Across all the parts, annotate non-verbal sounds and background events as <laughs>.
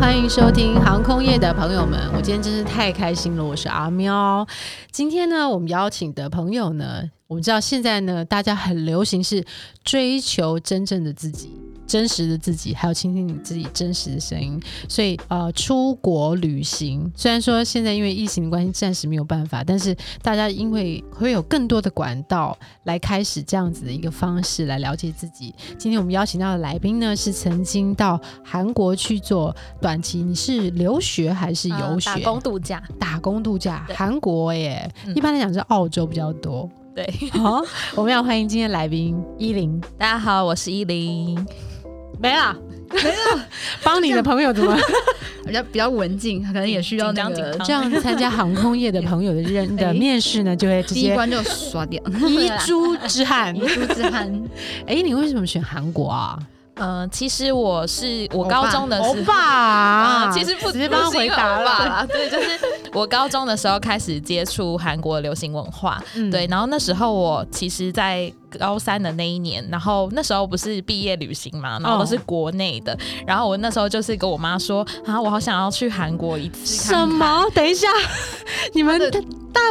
欢迎收听航空业的朋友们，我今天真是太开心了，我是阿喵。今天呢，我们邀请的朋友呢，我们知道现在呢，大家很流行是追求真正的自己。真实的自己，还有倾听你自己真实的声音。所以，呃，出国旅行虽然说现在因为疫情的关系暂时没有办法，但是大家因为会有更多的管道来开始这样子的一个方式来了解自己。今天我们邀请到的来宾呢，是曾经到韩国去做短期，你是留学还是游学？嗯打工度假，打工度假，对韩国耶，嗯啊一般来讲是澳洲比较 <laughs> 多。对，好、我们要欢迎今天来宾依 <laughs> 林，大家好，我是依林，没了，没了，帮你的朋友怎 <laughs> 么？比较比较文静，可能也需要那紧张个紧张这样参加航空业的朋友的认的 <laughs> 哎面试呢，就会直第一接关就刷掉。遗珠之憾 <laughs> 遗。珠之憾，哎，你为什么选韩国啊？呃，其实我呃是我欧巴高中的欧时候。巴啊，，其实不直接帮他回答了。吧，对，就是我高中的时候开始接触韩国流行文化，嗯对，，然后那时候我其实，在高三的那一年，然后那时候不是毕业旅行嘛，然哦后都是国内的，然后我那时候就是跟我妈说啊，我好想要去韩国一次看什看，么？等 <laughs> 一下，你们他的大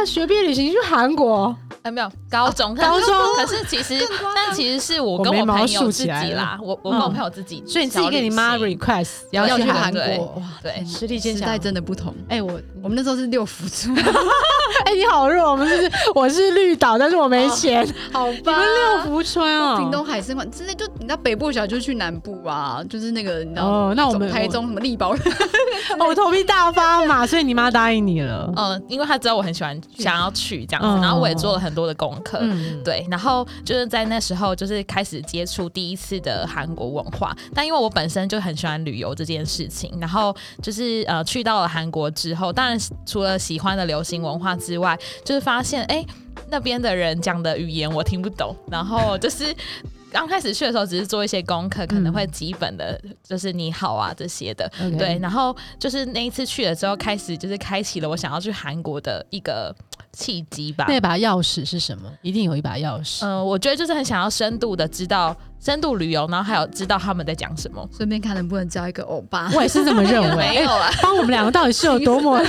大学毕业旅行去韩国？啊，没有高中，哦高中可是可是其实，但其实是我我跟眉我毛朋友竖自起来嗯己啦，我我跟我朋友自己，所以你自己跟你妈 request 要要去去韩韩国国，哇，对，实力坚时代强。真的不同。哎，我我们那时候是六福村，哎，你好弱，我们是我是绿岛，但是我没钱。好哦你吧们？ <laughs> 六福村哦，屏东海参馆，真的就你知道北部小就去南部啊，就是那个你知道哦那我们台中什么力宝，哦我头皮大发麻，所以你妈答应你了。嗯，因为他知道我很喜欢，想要去这样嗯子，然后我也做了很多的功课。嗯，对，然后就是在那时候，就是开始接触第一次的韩国文化。但因为我本身就很喜欢旅游这件事情，然后就是呃，去到了韩国之后，当然除了喜欢的流行文化之外，就是发现哎、诶那边的人讲的语言我听不懂，然后就是。刚开始去的时候，只是做一些功课，可能会基本的，就是你好啊这些的， OK 对，，然后就是那一次去了之后，开始就是开启了我想要去韩国的一个契机吧。那把钥匙是什么？一定有一把钥匙。嗯、我觉得就是很想要深度的知道深度旅游，然后还有知道他们在讲什么。 <laughs> 顺便看能不能交一个欧巴。我也是这么认为。 <laughs> 没有啊哎帮我们两个到底是 <laughs> 有多么？ <laughs>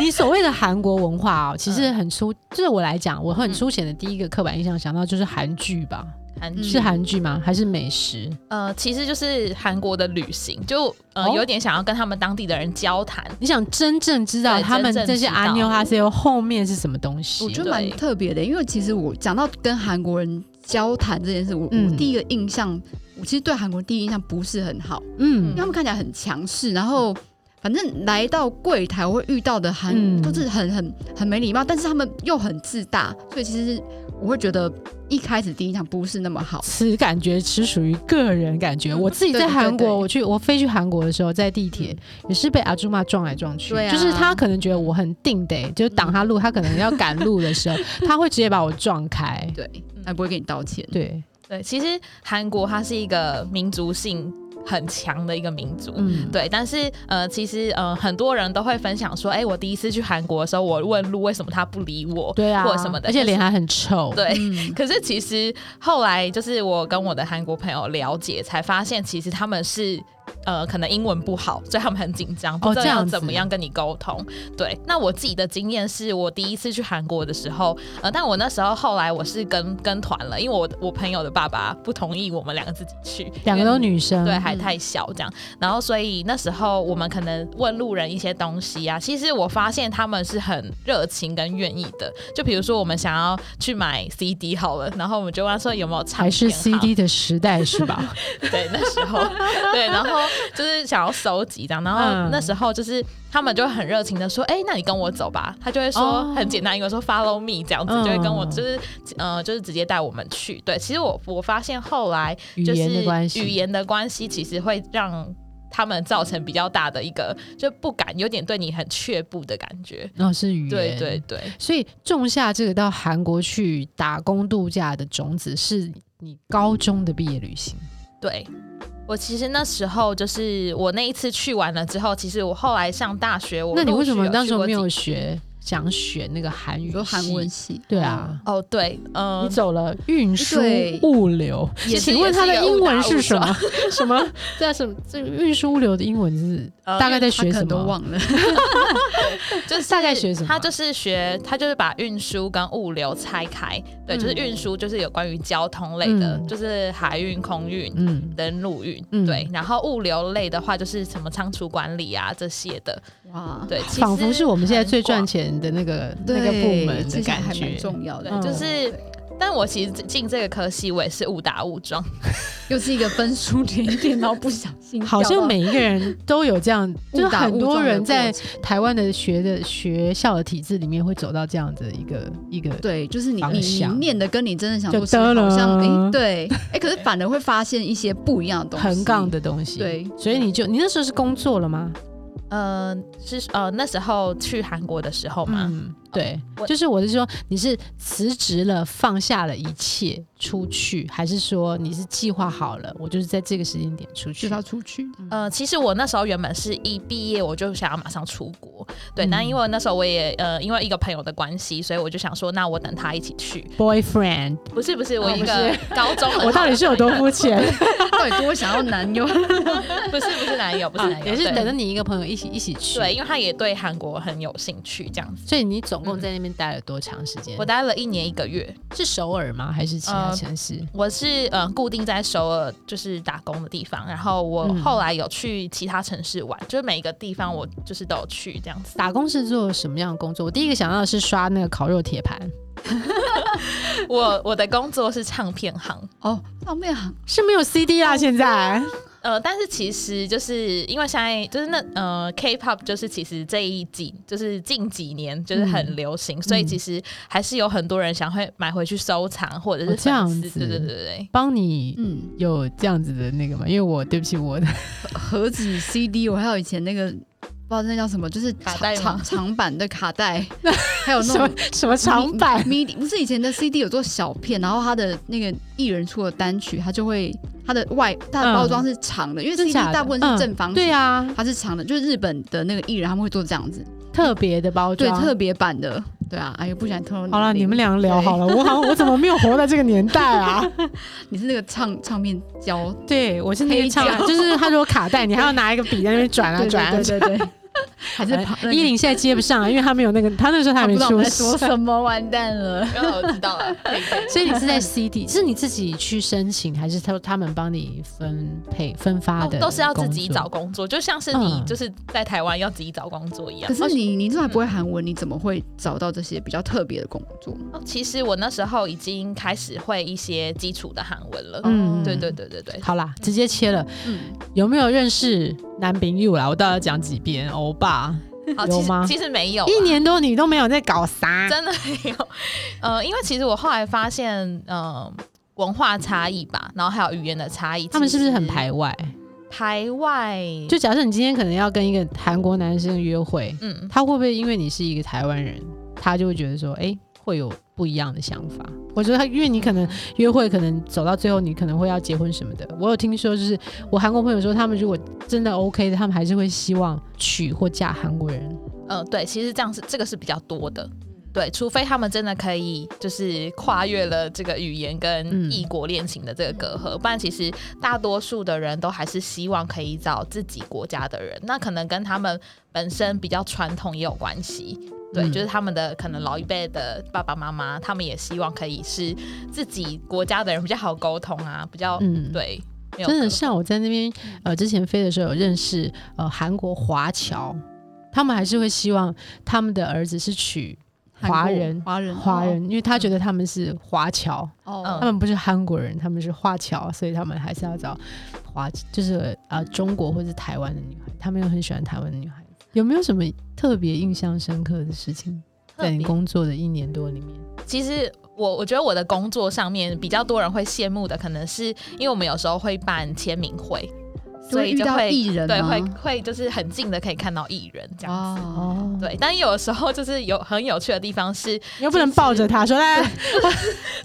你所谓的韩国文化哦，其嗯实很粗，就是我来讲，我很粗浅的第一个刻板印象想到就是韩剧吧，韩嗯剧、是韩剧吗？还是美食？呃，其实就是韩国的旅行，就呃、哦有点想要跟他们当地的人交谈。你想真正知道对他们真正这些知道阿妞哈塞欧后面是什么东西？我觉得蛮对特别的，因为其实我讲到跟韩国人交谈这件事，我、嗯我第一个印象，我其实对韩国人第一印象不是很好，因嗯为他们看起来很强势，然后反正来到柜台我会遇到的韩、嗯都是很很很没礼貌，但是他们又很自大，所以其实我会觉得一开始第一印象不是那么好。此感觉只属于个人感嗯觉。我自己对在对韩对国，我去我飞去韩国的时候，在地铁、嗯也是被阿朱妈撞来撞去，对啊就是他可能觉得我很定得、就是挡他路，他可能要赶路的 <laughs> 时候，他会直接把我撞开。对，还不会跟你道歉。嗯对，对，其实韩国它是一个民族性很强的一个民族。嗯，对，但是呃，其实呃，很多人都会分享说，哎、我第一次去韩国的时候，我问路，为什么他不理我？对啊，或者什么的而且就是脸还很臭。对，嗯，可是其实后来就是我跟我的韩国朋友了解，才发现其实他们是呃可能英文不好，所以他们很紧张，不知道哦这样要子怎么样跟你沟通。对，那我自己的经验是我第一次去韩国的时候，呃，但我那时候后来我是跟跟团了，因为我我朋友的爸爸不同意我们两个自己去，两个因为都女生，对，还太小这样。然后所以那时候我们可能问路人一些东西啊，其实我发现他们是很热情跟愿意的。就比如说我们想要去买 CD 好了，然后我们就问他说有没有唱还是片行 CD 的时代是吧？ <laughs> 对，那时候对，然后就是想要收集这样，然后嗯那时候就是他们就很热情的说，哎、那你跟我走吧。他就会说、哦很简单英文说 follow me 这样子，嗯就会跟我就是呃就是直接带我们去。对，其实我我发现后来语 <laughs> 就是言的关系，语言的关系其实会让他们造成比较大的一个就不敢，有点对你很却步的感觉。然后哦是语言，对对。对，所以种下这个到韩国去打工度假的种子，是你高中的毕业旅行。对。我其实那时候就是我那一次去完了之后，其实我后来上大学，我那你陆为续什么有那去时候过没几有学想选那个韩语说韩系文系，对啊，哦，对，嗯、你走了运输对物流，也是请问它的英文是什？也么一个误打误 <laughs> 撞？什么 <laughs> 在什么？这运输物流的英文是呃大概在他学可什能都么？忘 <laughs> 了。就是大概学什么他就是学，他就是把运输跟物流拆开，对，就是运输就是有关于交通类的，嗯就是海运、空运。嗯，跟陆运，嗯对，然后物流类的话就是什么仓储管理啊这些的，哇，对，其实仿佛是我们现在最赚很钱的那个那对个部门这的些感还蛮觉。重要的，嗯广，对，就是，但我其实进这个科系我也是误打误撞，又是一个分数零点，然后不小 <laughs> 心好掉像到每一个人 <laughs> 都有这样，误就打很误多撞的人过在程台湾的学的学校的体制里面会走到这样子一个一个对，就是你方你你向念的跟你真的想就说是得了啊好像哎、对哎、可是反而会发现一些不一样的东西，横杠的东西。，对，所以你就你那时候是工作了吗？呃，是呃那时候去韩国的时候嘛，嗯，对，哦我就是我是说你是辞职了，放下了一切出去，还是说你是计划好了，我就是在这个时间点出就去是？要出去，嗯呃，其实我那时候原本是一毕业我就想要马上出国，对，嗯那因为那时候我也呃因为一个朋友的关系，所以我就想说，那我等他一起去， boyfriend， <laughs> 不是不是，我哦一不个是高中的我到底是有多肤浅？ <laughs> 到底多想要男友？ <laughs> 不是不是男友，不是男啊友，<laughs> 也是 <laughs> 对等着你一个朋友一起一起去。对，因为他也对韩国很有兴趣，这样子。所以你总共在那边待了多长时间？我待了一年一个月，是首尔吗？还是其他城市？我是嗯、呃固定在首尔就是打工的地方，然后我嗯后来有去其他城市玩，就是每一个地方我就是都有去这样子。打工是做什么样的工作？我第一个想到的是刷那个烤肉铁盘，我我的工作是唱片行，哦，上面很是没有 CD 啦，现在呃，但是其实就是因为现在就是那呃 K-pop 就是其实这一季就是近几年就是很流行，所以其实还是有很多人想会买回去收藏或者是哦这样粉丝子对对对对对。帮你嗯，有这样子的那个吗？因为我对不起我的哦盒子 CD，我还有以前那个。不知道那叫什么，就是卡长带吗长长版的卡 <laughs> 带，还有那什么种什么长板 midi，不是以前的 CD 有做小片，然后它的那个艺人出的单曲，它就会它的外它的嗯包装是长的，因为 CD 假的大部分是正方形，对啊，它是长的，就是日本的那个艺人他们会做这样子，特别的包对装。特别版的，对啊，哎呦不想透露年龄。啊好了，你们俩聊好了，我好像我怎么没有活在这个年代 <laughs> 啊？你是那个唱唱片胶，对，我是那个唱，黑胶就是他说卡带，你还要拿一个笔在那边转啊对转啊对转。对 <laughs> 对，对还是跑那个依林现在接不上啊，因为他没有那个，他那时候他还没不知道我出们在说生。什么，完蛋 <laughs> 了。然后哦我知道了，可以可 <laughs> 以所以你是在 CD，是你自己去申请，还是他他们帮你分配分发哦的、都是要自己找。工作，就像是你嗯就是在台湾要自己找工作一样哦可。是你你这还不会韩文，你怎么会找到这些比较特别的工作？哦其实我那时候已经开始会一些基础的韩文了。嗯对对对对对，好啦，直接切了。嗯，有没有认识男朋友啦？我到底要讲几遍？欧巴，好，有其吗实其实没有啦，一年多你都没有在搞啥？真的没有。 <laughs> 呃，因为其实我后来发现，嗯、文化差异吧，然后还有语言的差异，他们其是不实是很排外？排外？就假设你今天可能要跟一个韩国男生约会，嗯，他会不会因为你是一个台湾人，他就会觉得说，哎、会有不一样的想法？我觉得他，因为你可能约会，可能走到最后，你可能会要结婚什么的。我有听说，就是我韩国朋友说，他们如果真的 OK 的，他们还是会希望娶或嫁韩国人。呃，对，其实这样是这个是比较多的。对，除非他们真的可以，就是跨越了这个语言嗯跟异国恋情的这个隔阂，不然其实大多数的人都还是希望可以找自己国家的人。那可能跟他们本身比较传统也有关系。对，嗯就是他们的可能老一辈的爸爸妈妈，他们也希望可以是自己国家的人比较好沟通啊，比较、嗯，。对，没有真的隔嗯像我在那边，呃，之前飞的时候有认识呃韩国华侨，他们还是会希望他们的儿子是娶韩国华人华人，华哦人，因为他嗯觉得他们是华侨。哦他，们不是韩国人，他们是华侨，所以他们还是要找华，就是呃中国或是台湾的女孩，他们又很喜欢台湾的女孩子。有没有什么特别印象深刻的事情，特在你别工作的一年多里面？其实我我觉得我的工作上面比较多人会羡慕的，可能是因为我们有时候会办签名会。所以遇就到会艺人对吗会会就是很近的可以看到艺人这样子。哦，哦，对，但有的时候就是有很有趣的地方是，你又不能抱着他说哎来，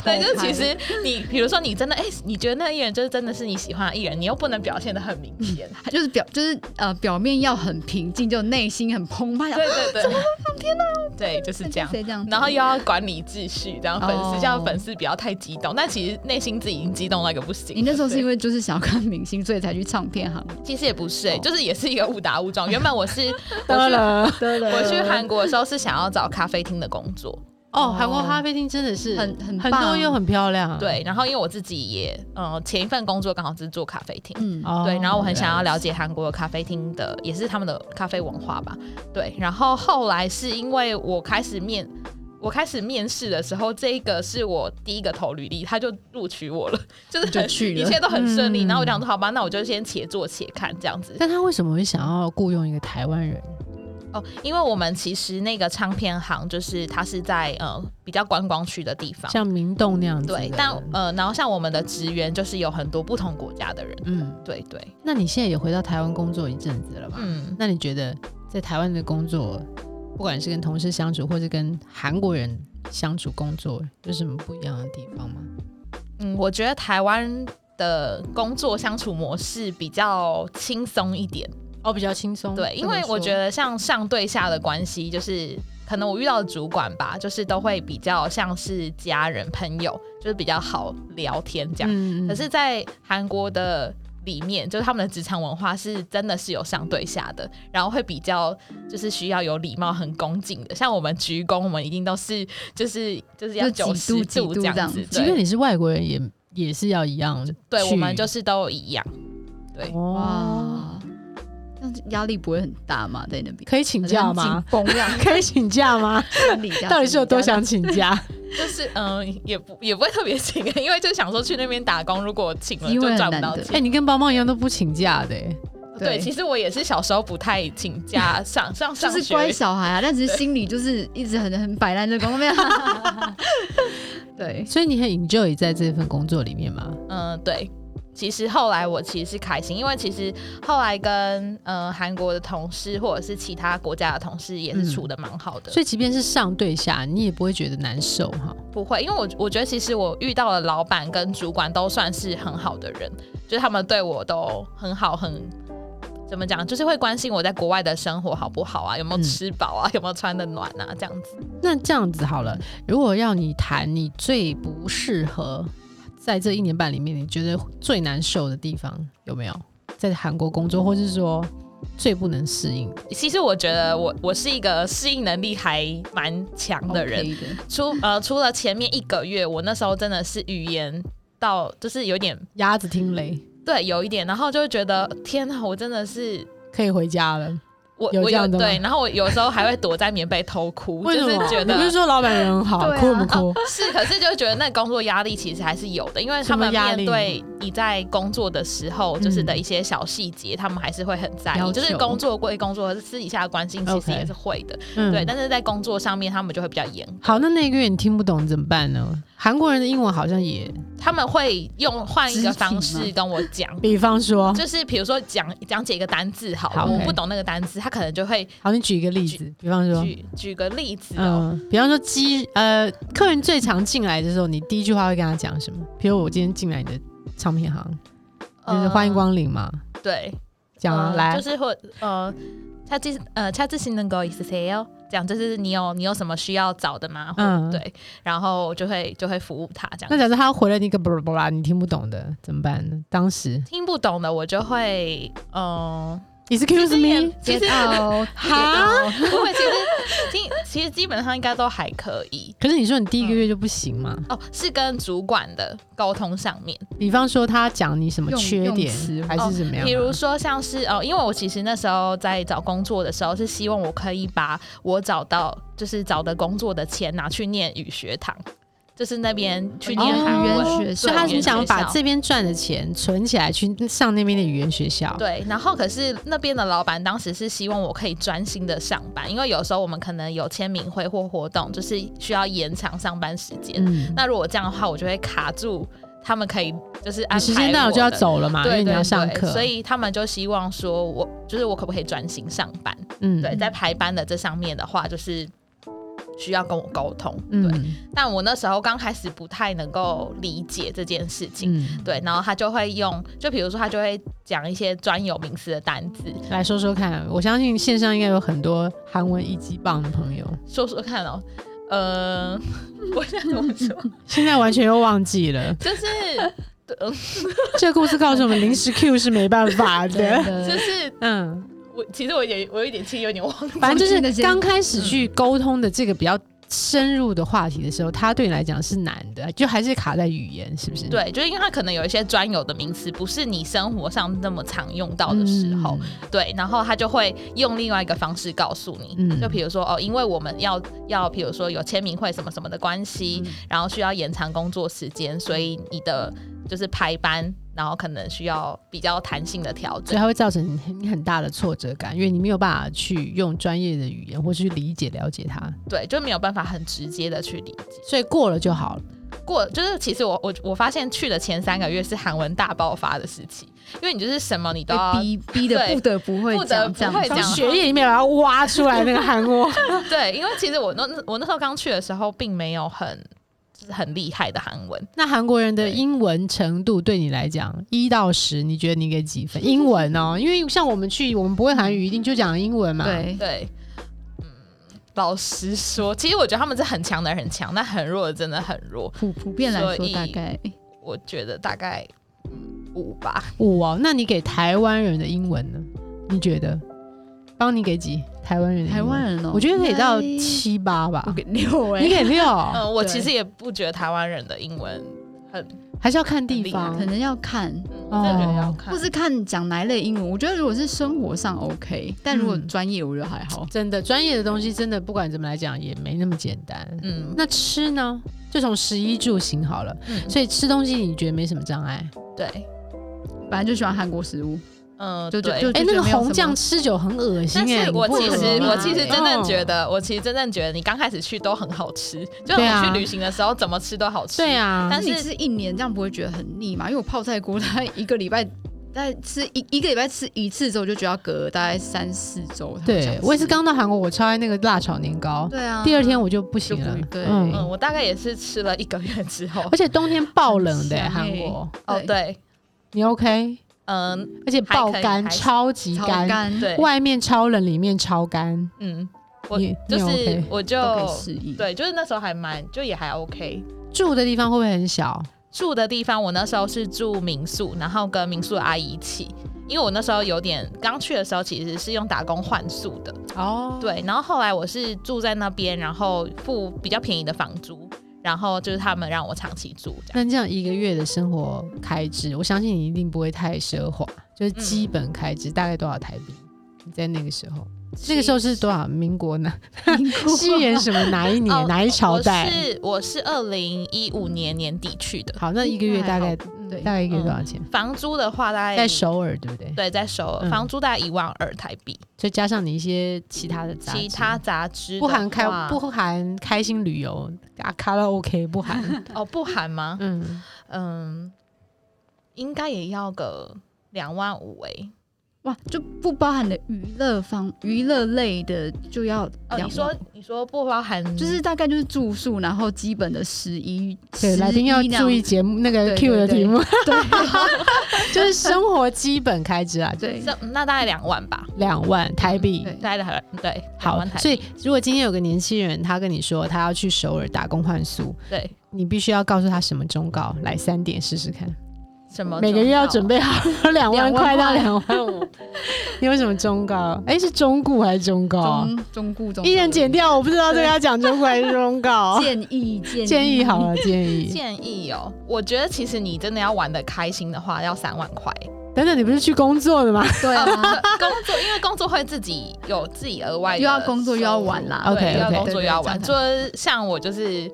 对，就是拍其实你 <laughs> 比如说你真的哎、你觉得那个艺人就是真的是你喜欢的艺人，你又不能表现的很 <laughs> 明显，他就是表就是呃表面要很平静，就内心很澎湃， <laughs> 对对对，天哪， <laughs> 对，就是这样。谁这样子？然后又要管理秩序，这样粉哦丝叫粉丝不要太激动，但其实内心自己已经激动到一个不行了。你那时候是因为为就是想要看明星，所以才去唱片行。其实也不哦是、欸，就是也是一个误打误 <laughs> 撞。原本我是我得去了， <laughs> 我去韩国的时候是想要找咖啡厅的工作，哦，韩国咖啡厅真的是很很很棒多又很漂嗯亮，，啊对，然后因为我自己也呃前一份工作刚好是做咖啡厅。嗯，哦对，然后我很想要了解韩国的咖啡厅的，也是他们的咖啡文化吧。对，然后后来是因为我开始面，我开始面试的时候，这一个是我第一个投履历，他就录取我了，就是就很去了一切都很顺利。嗯然后我就想说，好吧，那我就先且做且看这样子。但他为什么会想要雇佣一个台湾人？哦，因为我们其实那个唱片行就是它是在呃比较观光区的地方。像明洞那样子的人？对，但呃，然后像我们的职员就是有很多不同国家的人，嗯，对对，那你现在也回到台湾工作一阵子了吧？嗯，那你觉得在台湾的工作，不管是跟同事相处，或是跟韩国人相处工作，有什么不一样的地方吗？嗯，我觉得台湾的工作相处模式比较轻松一点，哦，比较轻松对，因为我觉得像上对下的关系，就是可能我遇到的主管吧，就是都会比较像是家人朋友，就是比较好聊天这样。嗯可是，在韩国的里面，就是他们的职场文化是真的是有上对下的，然后会比较就是需要有礼貌、很恭敬的。像我们鞠躬，我们一定都是就是就是要就九几十度度几度这这样样子子，即便对你是外国人也，也是要一样去。对，我们就是都一样。对哇，哇，这样子压力不会很大吗？在那边可以请假好像吗紧？绷这样 <laughs> 可以请假吗？<laughs> 心理压力到底是有多想请假？就是嗯，也不也不会特别请，因为就想说去那边打工，如果请了机就会很赚不难到得 <laughs> 哎、钱。你跟邦邦一样都不请假的、欸对，对其实我也是小时候不太请假，上上就上是学乖 <laughs> 小孩啊，但只是心里就是一直很很摆烂在工作面。啊 <laughs> 对，所以你很 enjoy 在这份工作里面吗？嗯，对。其实后来我其实是开心，因为其实后来跟呃韩国的同事或者是其他国家的同事也嗯是处的蛮好的，所以即便是上对下，你也不会觉得难受哈。不会，因为我我觉得其实我遇到的老板跟主管都算是很好的人，就是他们对我都很好，很怎么讲，就是会关心我在国外的生活好不好啊，有没有嗯吃饱啊，有没有穿的暖啊，这样子。那这样子好了，如果要你谈你最不适合在这一年半里面，你觉得最难受的地方有没有？在韩国工作，或是说最不能适应？其实我觉得我我是一个适应能力还蛮强的人， OK 的除呃除了前面一个月，我那时候真的是语言到就是有点鸭子听雷，对有一点，然后就会觉得天哪，我真的是可以回家了。我有我这样的吗对，然后我有时候还会躲在棉被偷 <laughs> 哭，为就什是么？觉你不是得。说老板人很好，对啊哭不哭？是，可是就觉得那工作压力其实还是有的，因为他们什么压力面对你在工作的时候，就是的一些小细节，他们还是会很在要意。求就是工作归工作，私底下的关心其 OK 实也是会的嗯 <laughs> 对。但是在工作上面，他们就会比较严格，好，那那个月你听不懂怎么办呢？韩国人的英文好像也，他们会用换一肢个体方吗式跟我讲，比方说，就是比如说讲讲解一个单字好了，哦好我 OK 不懂那个单字，他可能就会好，你举一个例子，比方说，举举个例子哦。嗯，比方说机呃，客人最常进来的时候，你第一句话会跟他讲什么？比如我今天进来你的唱片行，就是呃欢迎光临嘛，对，讲啊、呃来，就是或呃，차지呃차지시는거있으세요？这哦样就是你有你有什么需要找的吗？嗯嗯，对，然后就会就会服务他这那样。假设他回了你一个巴拉巴拉，你听不懂的怎么办呢？当时听不懂的我就会，嗯、 Excuse 其实也 me，其实 <laughs> Get out，哈，不会，其实听其实基本上应该都还可以可是你说你第一个月就不行嘛？哦，是跟主管的沟通上面，比方说他讲你什么用缺用点词还是怎么样啊？哦比如说像是哦，因为我其实那时候在找工作的时候是希望我可以把我找到就是找的工作的钱拿去念语学堂，就是那边去念哦韩文语言学校所以他对是想语把言学校这边赚的钱存起来去上那边的语言学校。对，然后可是那边的老板当时是希望我可以专心的上班，因为有时候我们可能有签名会或活动，就是需要延长上班时间。嗯，那如果这样的话，我就会卡住他们可以就是安你排时间到了就要我的走了啊嘛，因对为对你对，要上课，所以他们就希望说我就是我可不可以专心上班？嗯对，在排班的这上面的话，就是需要跟我沟通。对，嗯但我那时候刚开始不太能够理解这件事情。嗯，对，然后他就会用，就比如说他就会讲一些专有名词的单字，来说说看，我相信线上应该有很多韩文一级棒的朋友，说说看哦。呃， <laughs> 我想怎么说？现在完全又忘记了。就是呃 <laughs> 这个故事告诉我们，临时 Q 是没办法的。就 <laughs> 的，是 <laughs> 嗯，我，其实我有点我有点气，有点忘了。反正就那是些刚开嗯始去沟通的这个比较深入的话题的时候，它对你来讲是难的，就还是卡在语言，是不是？对，就是因为他可能有一些专有的名词，不是你生活上那么常用到嗯，的时候，对，然后他就会用另外一个方式告诉你，嗯就比如说哦，因为我们要要，比如说有签名会什么什么的关系，嗯然后需要延长工作时间，所以你的就是排班，然后可能需要比较弹性的调所以整。它会造成你很大的挫折感，因为你没有办法去用专业的语言或去理解了解它，对，就没有办法很直接的去理解。所以过了就好了。过就是其实我我我发现去的前三个月是韩文大爆发的时期，因为你就是什么你都要被逼逼的对不得不会不得讲不这样会子从讲血液里面把它挖出来那个韩 <laughs> 国， <laughs> 对，因为其实我那我那时候刚去的时候，并没有很就是很厉害的韩文，那韩国人的英文程度对你来讲，一到十，你觉得你给几分？英文 <laughs> 哦，因为像我们去，我们不会韩语，一定就讲英文嘛。，<laughs> 对，对。嗯，老实说，其实我觉得他们是很强的，很强，但很弱的真的很弱。普普遍来所说以嗯大概我觉得大概嗯五吧，五哦，那你给台湾人的英文呢？你觉得？帮你给几？台湾人的英台文湾，人哦，我觉得可以到应该七八啊我吧。给六你哎，给 <laughs> 六，嗯，我对其实也不觉得台湾人的英文很，还是要看地方可。能要看，嗯我真的觉得要哦看，或是看讲哪一类英文。我觉得如果是生活上 OK，但如果嗯专业我觉得还好。真的，专业的东西真的不管怎么来讲也没那么简单。嗯那吃呢？就从十一住行好了。嗯，所以吃东西你觉得没什么障碍？对，本来就喜欢韩国食物，嗯，就就对就哎、觉那得个没有红什酱么吃久很恶心但哎、是我你不其恶实心我吗其实真正觉哦得，我其实真正觉得你刚开始去都很好吃，就对啊我去旅行的时候怎么吃都好吃。对啊，但但是你是吃一年这样不会觉得很腻嘛？因为我泡菜锅大概一个礼拜， <laughs> 大概吃一一个礼拜吃一次之后，我就觉得要隔大概三四周。对我也是，刚到韩国，我超爱那个辣炒年糕，对啊，第二天我就不行就不了。对嗯，我大概也是吃了一个月之后而，且冬天爆冷的、很香韩欸国，哦对对，你 OK？嗯而且爆还可以干，还行超级超干，干对，外面超冷，里面超干。嗯，我你就你 OK 是我就都可以适应。对，就是那时候还蛮就也还 OK。住的地方会不会很小？住的地方我那时候是住民宿，然后跟民宿的阿姨一起。因为我那时候有点刚去的时候，其实是用打工换宿的，哦，对。然后后来我是住在那边，然后付比较便宜的房租，然后就是他们让我长期住这样。那这样一个月的生活开支，我相信你一定不会太奢华，就是基本开支大概多少台币？你在那个时候，那个时候是多少？民国呢？ <laughs> 西元什么哪一年、哦哪一朝代我？是我是二零一五年年底去的，好，那一个月大 <laughs> 概对大概一个月多少钱？房租的话大概在首尔对不对？对，在首尔、嗯房租大概一万二台币，所以加上你一些其他的杂志其他杂志不的含开话不含开心旅游啊卡拉 OK 不含，哦不含吗？嗯， <laughs> 嗯，应该也要个两万五哎。哇，就不包含的娱乐方娱乐类的就要哦，两你万说你说不包含就是大概就是住宿，然后基本的十一，对，来宾要11那样注意节目那个对 Q 的对题目， <laughs> 对就是生活基本开支啊， <laughs> <laughs> 对这那大概两万吧，两万台币。对大概两对两好万，台所币以如果今天有个年轻人，他跟你说他要去首尔打工换宿，对你必须要告诉他什么忠告，来三点试试看。什么每个中月要药准备好两万块到两 <laughs> 万五，你有什么忠告？哎，是忠固还是忠告？中中固中哦一人剪掉，我不知道这个对要讲忠固还是忠 <laughs> 告。建议建议 <laughs> 建议好了，建议。建议哦。我觉得其实你真的要玩的开心的话，要三万块。等等，你不是去工作的吗？对啊，工作，因为工作会自己有自己额外的又要工作又要收入玩啦 OK，OK 对又要工作又要玩。对对对就是像我就是，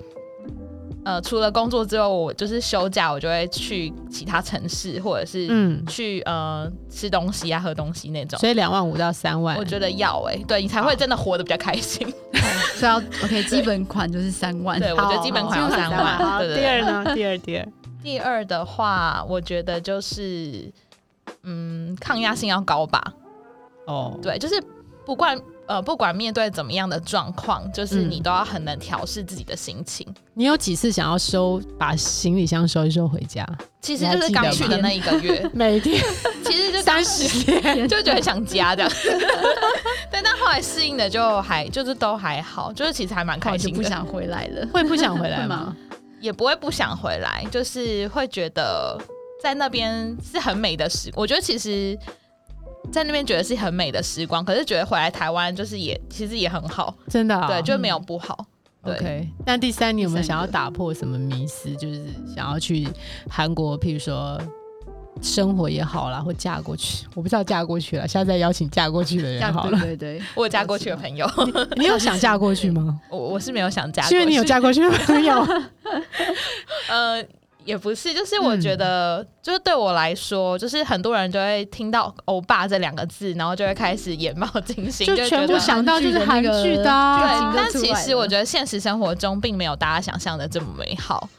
呃，除了工作之后，我就是休假，我就会去其他城市，或者是嗯，去、呃吃东西啊、喝东西那种。所以两万五到三万我，觉得要哎、对你才会真的活得比较开心。 <laughs> 所以要 OK 基本款就是三万，对，我觉得基本款要好三好万。好对对第对。二呢？第二，第二，第二的话，我觉得就是，嗯，抗压性要高吧。哦，对，就是不管呃不管面对怎么样的状况，就是嗯你都要很能调试自己的心情。你有几次想要收把行李箱收一收回家？，其实就是刚去的那一个月 <laughs> 每天其实就三十天， <laughs> 就觉得很想家这样。 <laughs> 对，但后来适应的就还就是都还好，就是其实还蛮我开就心哦不的，想回来 <laughs> 了。会不想回来会吗吗？也不会不想回来，就是会觉得在那边是很美的时。我觉得其实。在那边觉得是很美的时光，可是觉得回来台湾就是也其实也很好，真的啊、对，就没有不好。对 OK。那第三，你有没有第三想要个打破什么迷思？就是想要去韩国，譬如说生活也好啦，或嫁过去。我不知道嫁过去了，下次再邀请嫁过去的人好了。对对对， <laughs> 我有嫁过去的朋友， <laughs> 你有想嫁过去 <laughs> 吗？我我是没有想嫁过嗯是去，因为你有嫁过去的朋 <laughs> 友。呃，也不是，就是我觉得，嗯就是对我来说，就是很多人就会听到“欧巴”这两个字，然后就会开始眼冒金星，就觉全部得想到就是韩剧的啊、韩对，剧但都出其来实了我觉得现实生活中并没有大家想象的这么美好。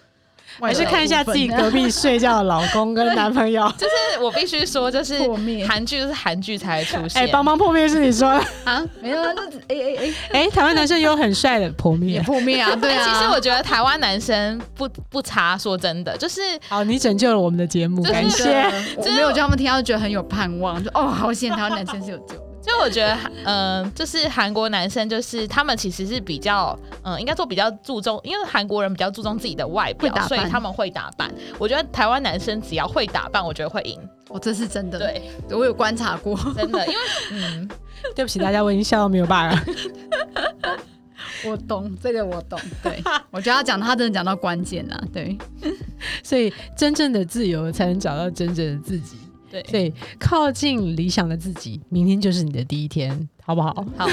还是看一下自己隔壁睡觉的老公跟男朋友。就是我必须说，就是破灭韩剧就是韩剧才会出现，哎，帮忙破灭 <laughs> 是你说的。啊，没有啊，那哎哎 <laughs> 哎，台湾男生也有很帅的破哎，也灭。破灭啊，对但啊。其实我觉得台湾男生不不差，说真的，就是好，你拯救了我们的节目，就是感谢。我没有叫他们听到，觉得很有盼望，就哦，好险，台湾男生是有救的。就我觉得，嗯、就是韩国男生，就是他们其实是比较，嗯、应该说比较注重，因为韩国人比较注重自己的外表会打，扮所以他们会打扮。我觉得台湾男生只要会打扮，我觉得会赢。哦，这是真的，，对，我有观察过，真 <laughs> 的，因为嗯，对不起大家，我已经笑到没有办法了。我懂这个，我懂。 <laughs> 对，我觉得他讲他真的讲到关键啦，对，所以，真正的自由才能找到真正的自己。对，所以，靠近理想的自己，明天就是你的第一天，好不嗯好？好，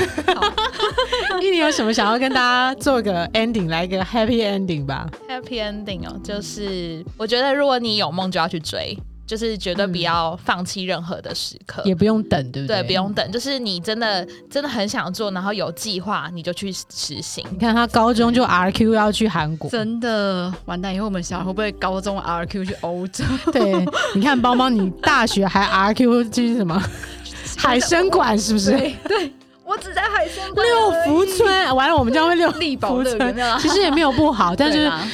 好一你有什么想要跟大家做 <laughs> 个 ending，来一个 happy ending 吧？ ，Happy Ending 哦，就是我觉得如果你有梦就要去追，就是绝对不要放弃任何的时刻。呃也不用等，对不对，对？不。用等，就是你真的真的很想做，然后有计划，你就去实行。你看他高中就 RQ 要去韩国，真的完蛋，以后我们小孩会不会高中 RQ 去欧洲？对，你看包包，你大学还 RQ 就是什 <laughs> 么海参馆，是不是？ <laughs> 我只在海参馆六而已福村，完了我们这样会六力宝乐园没有 <laughs> 啦，其实也没有不好，但对是啦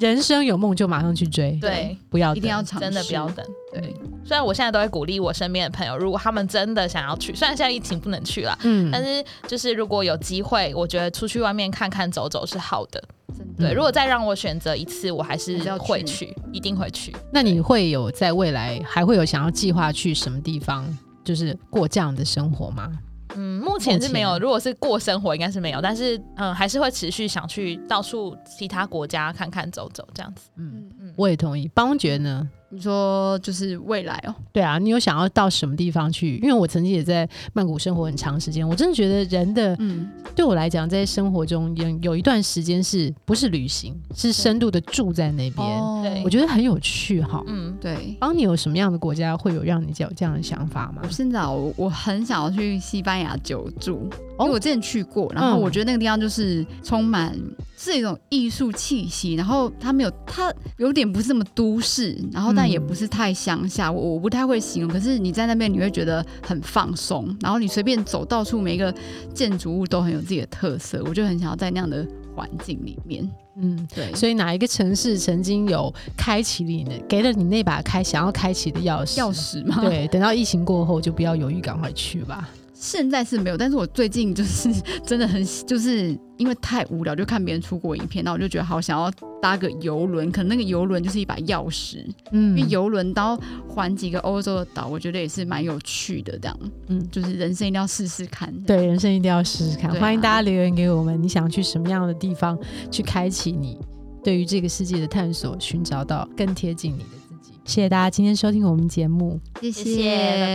人生有梦就马上去追，对，不要一等定要尝试，真的不要等。对，虽然我现在都会鼓励我身边的朋友，如果他们真的想要去，虽然现在疫情不能去了，嗯但是就是如果有机会，我觉得出去外面看看走走是好的。真的对，如果再让我选择一次，我还是还是要去会去，一定会去。那你会有在未来还会有想要计划去什么地方，就是过这样的生活吗？嗯，目前是没目有，前如果是过生活应该是没有，但是嗯，还是会持续想去到处其他国家看看走走这样子。嗯，嗯，我也同意。邦爵呢？你说就是未来哦，对啊，你有想要到什么地方去？因为我曾经也在曼谷生活很长时间，我真的觉得人的嗯，对我来讲，在生活中有有一段时间是不是旅行，是深度的住在那边，哦对我觉得很有趣哈。嗯，对。邦，你有什么样的国家会有让你有这样的想法吗我？现在我我很想要去西班牙久住，因为我之前去过，然后哦嗯我觉得那个地方就是充满是一种艺术气息，然后它没有它有点不是那么都市，然后但也嗯不是太乡下，我我不太会形容，可是你在那边你会觉得很放松，然后你随便走到处每一个建筑物都很有自己的特色，我就很想要在那样的环境里面，嗯，对，所以哪一个城市曾经有开启你的，给了你那把开想要开启的钥匙？钥匙嘛， <laughs> 对，等到疫情过后就不要犹豫，赶快去吧。现在是没有，但是我最近就是 <laughs> 真的很，就是因为太无聊，就看别人出国影片，那我就觉得好想要搭个游轮，可能那个游轮就是一把钥匙，因嗯为游轮然后环几个欧洲的岛，我觉得也是蛮有趣的，这样，嗯嗯，就是人生一定要试试看。对人生一定要试试看。对啊欢迎大家留言给我们，你想去什么样的地方去开启你对于这个世界的探索，寻找到更贴近你的自己。谢谢大家今天收听我们节目。谢谢谢拜拜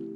拜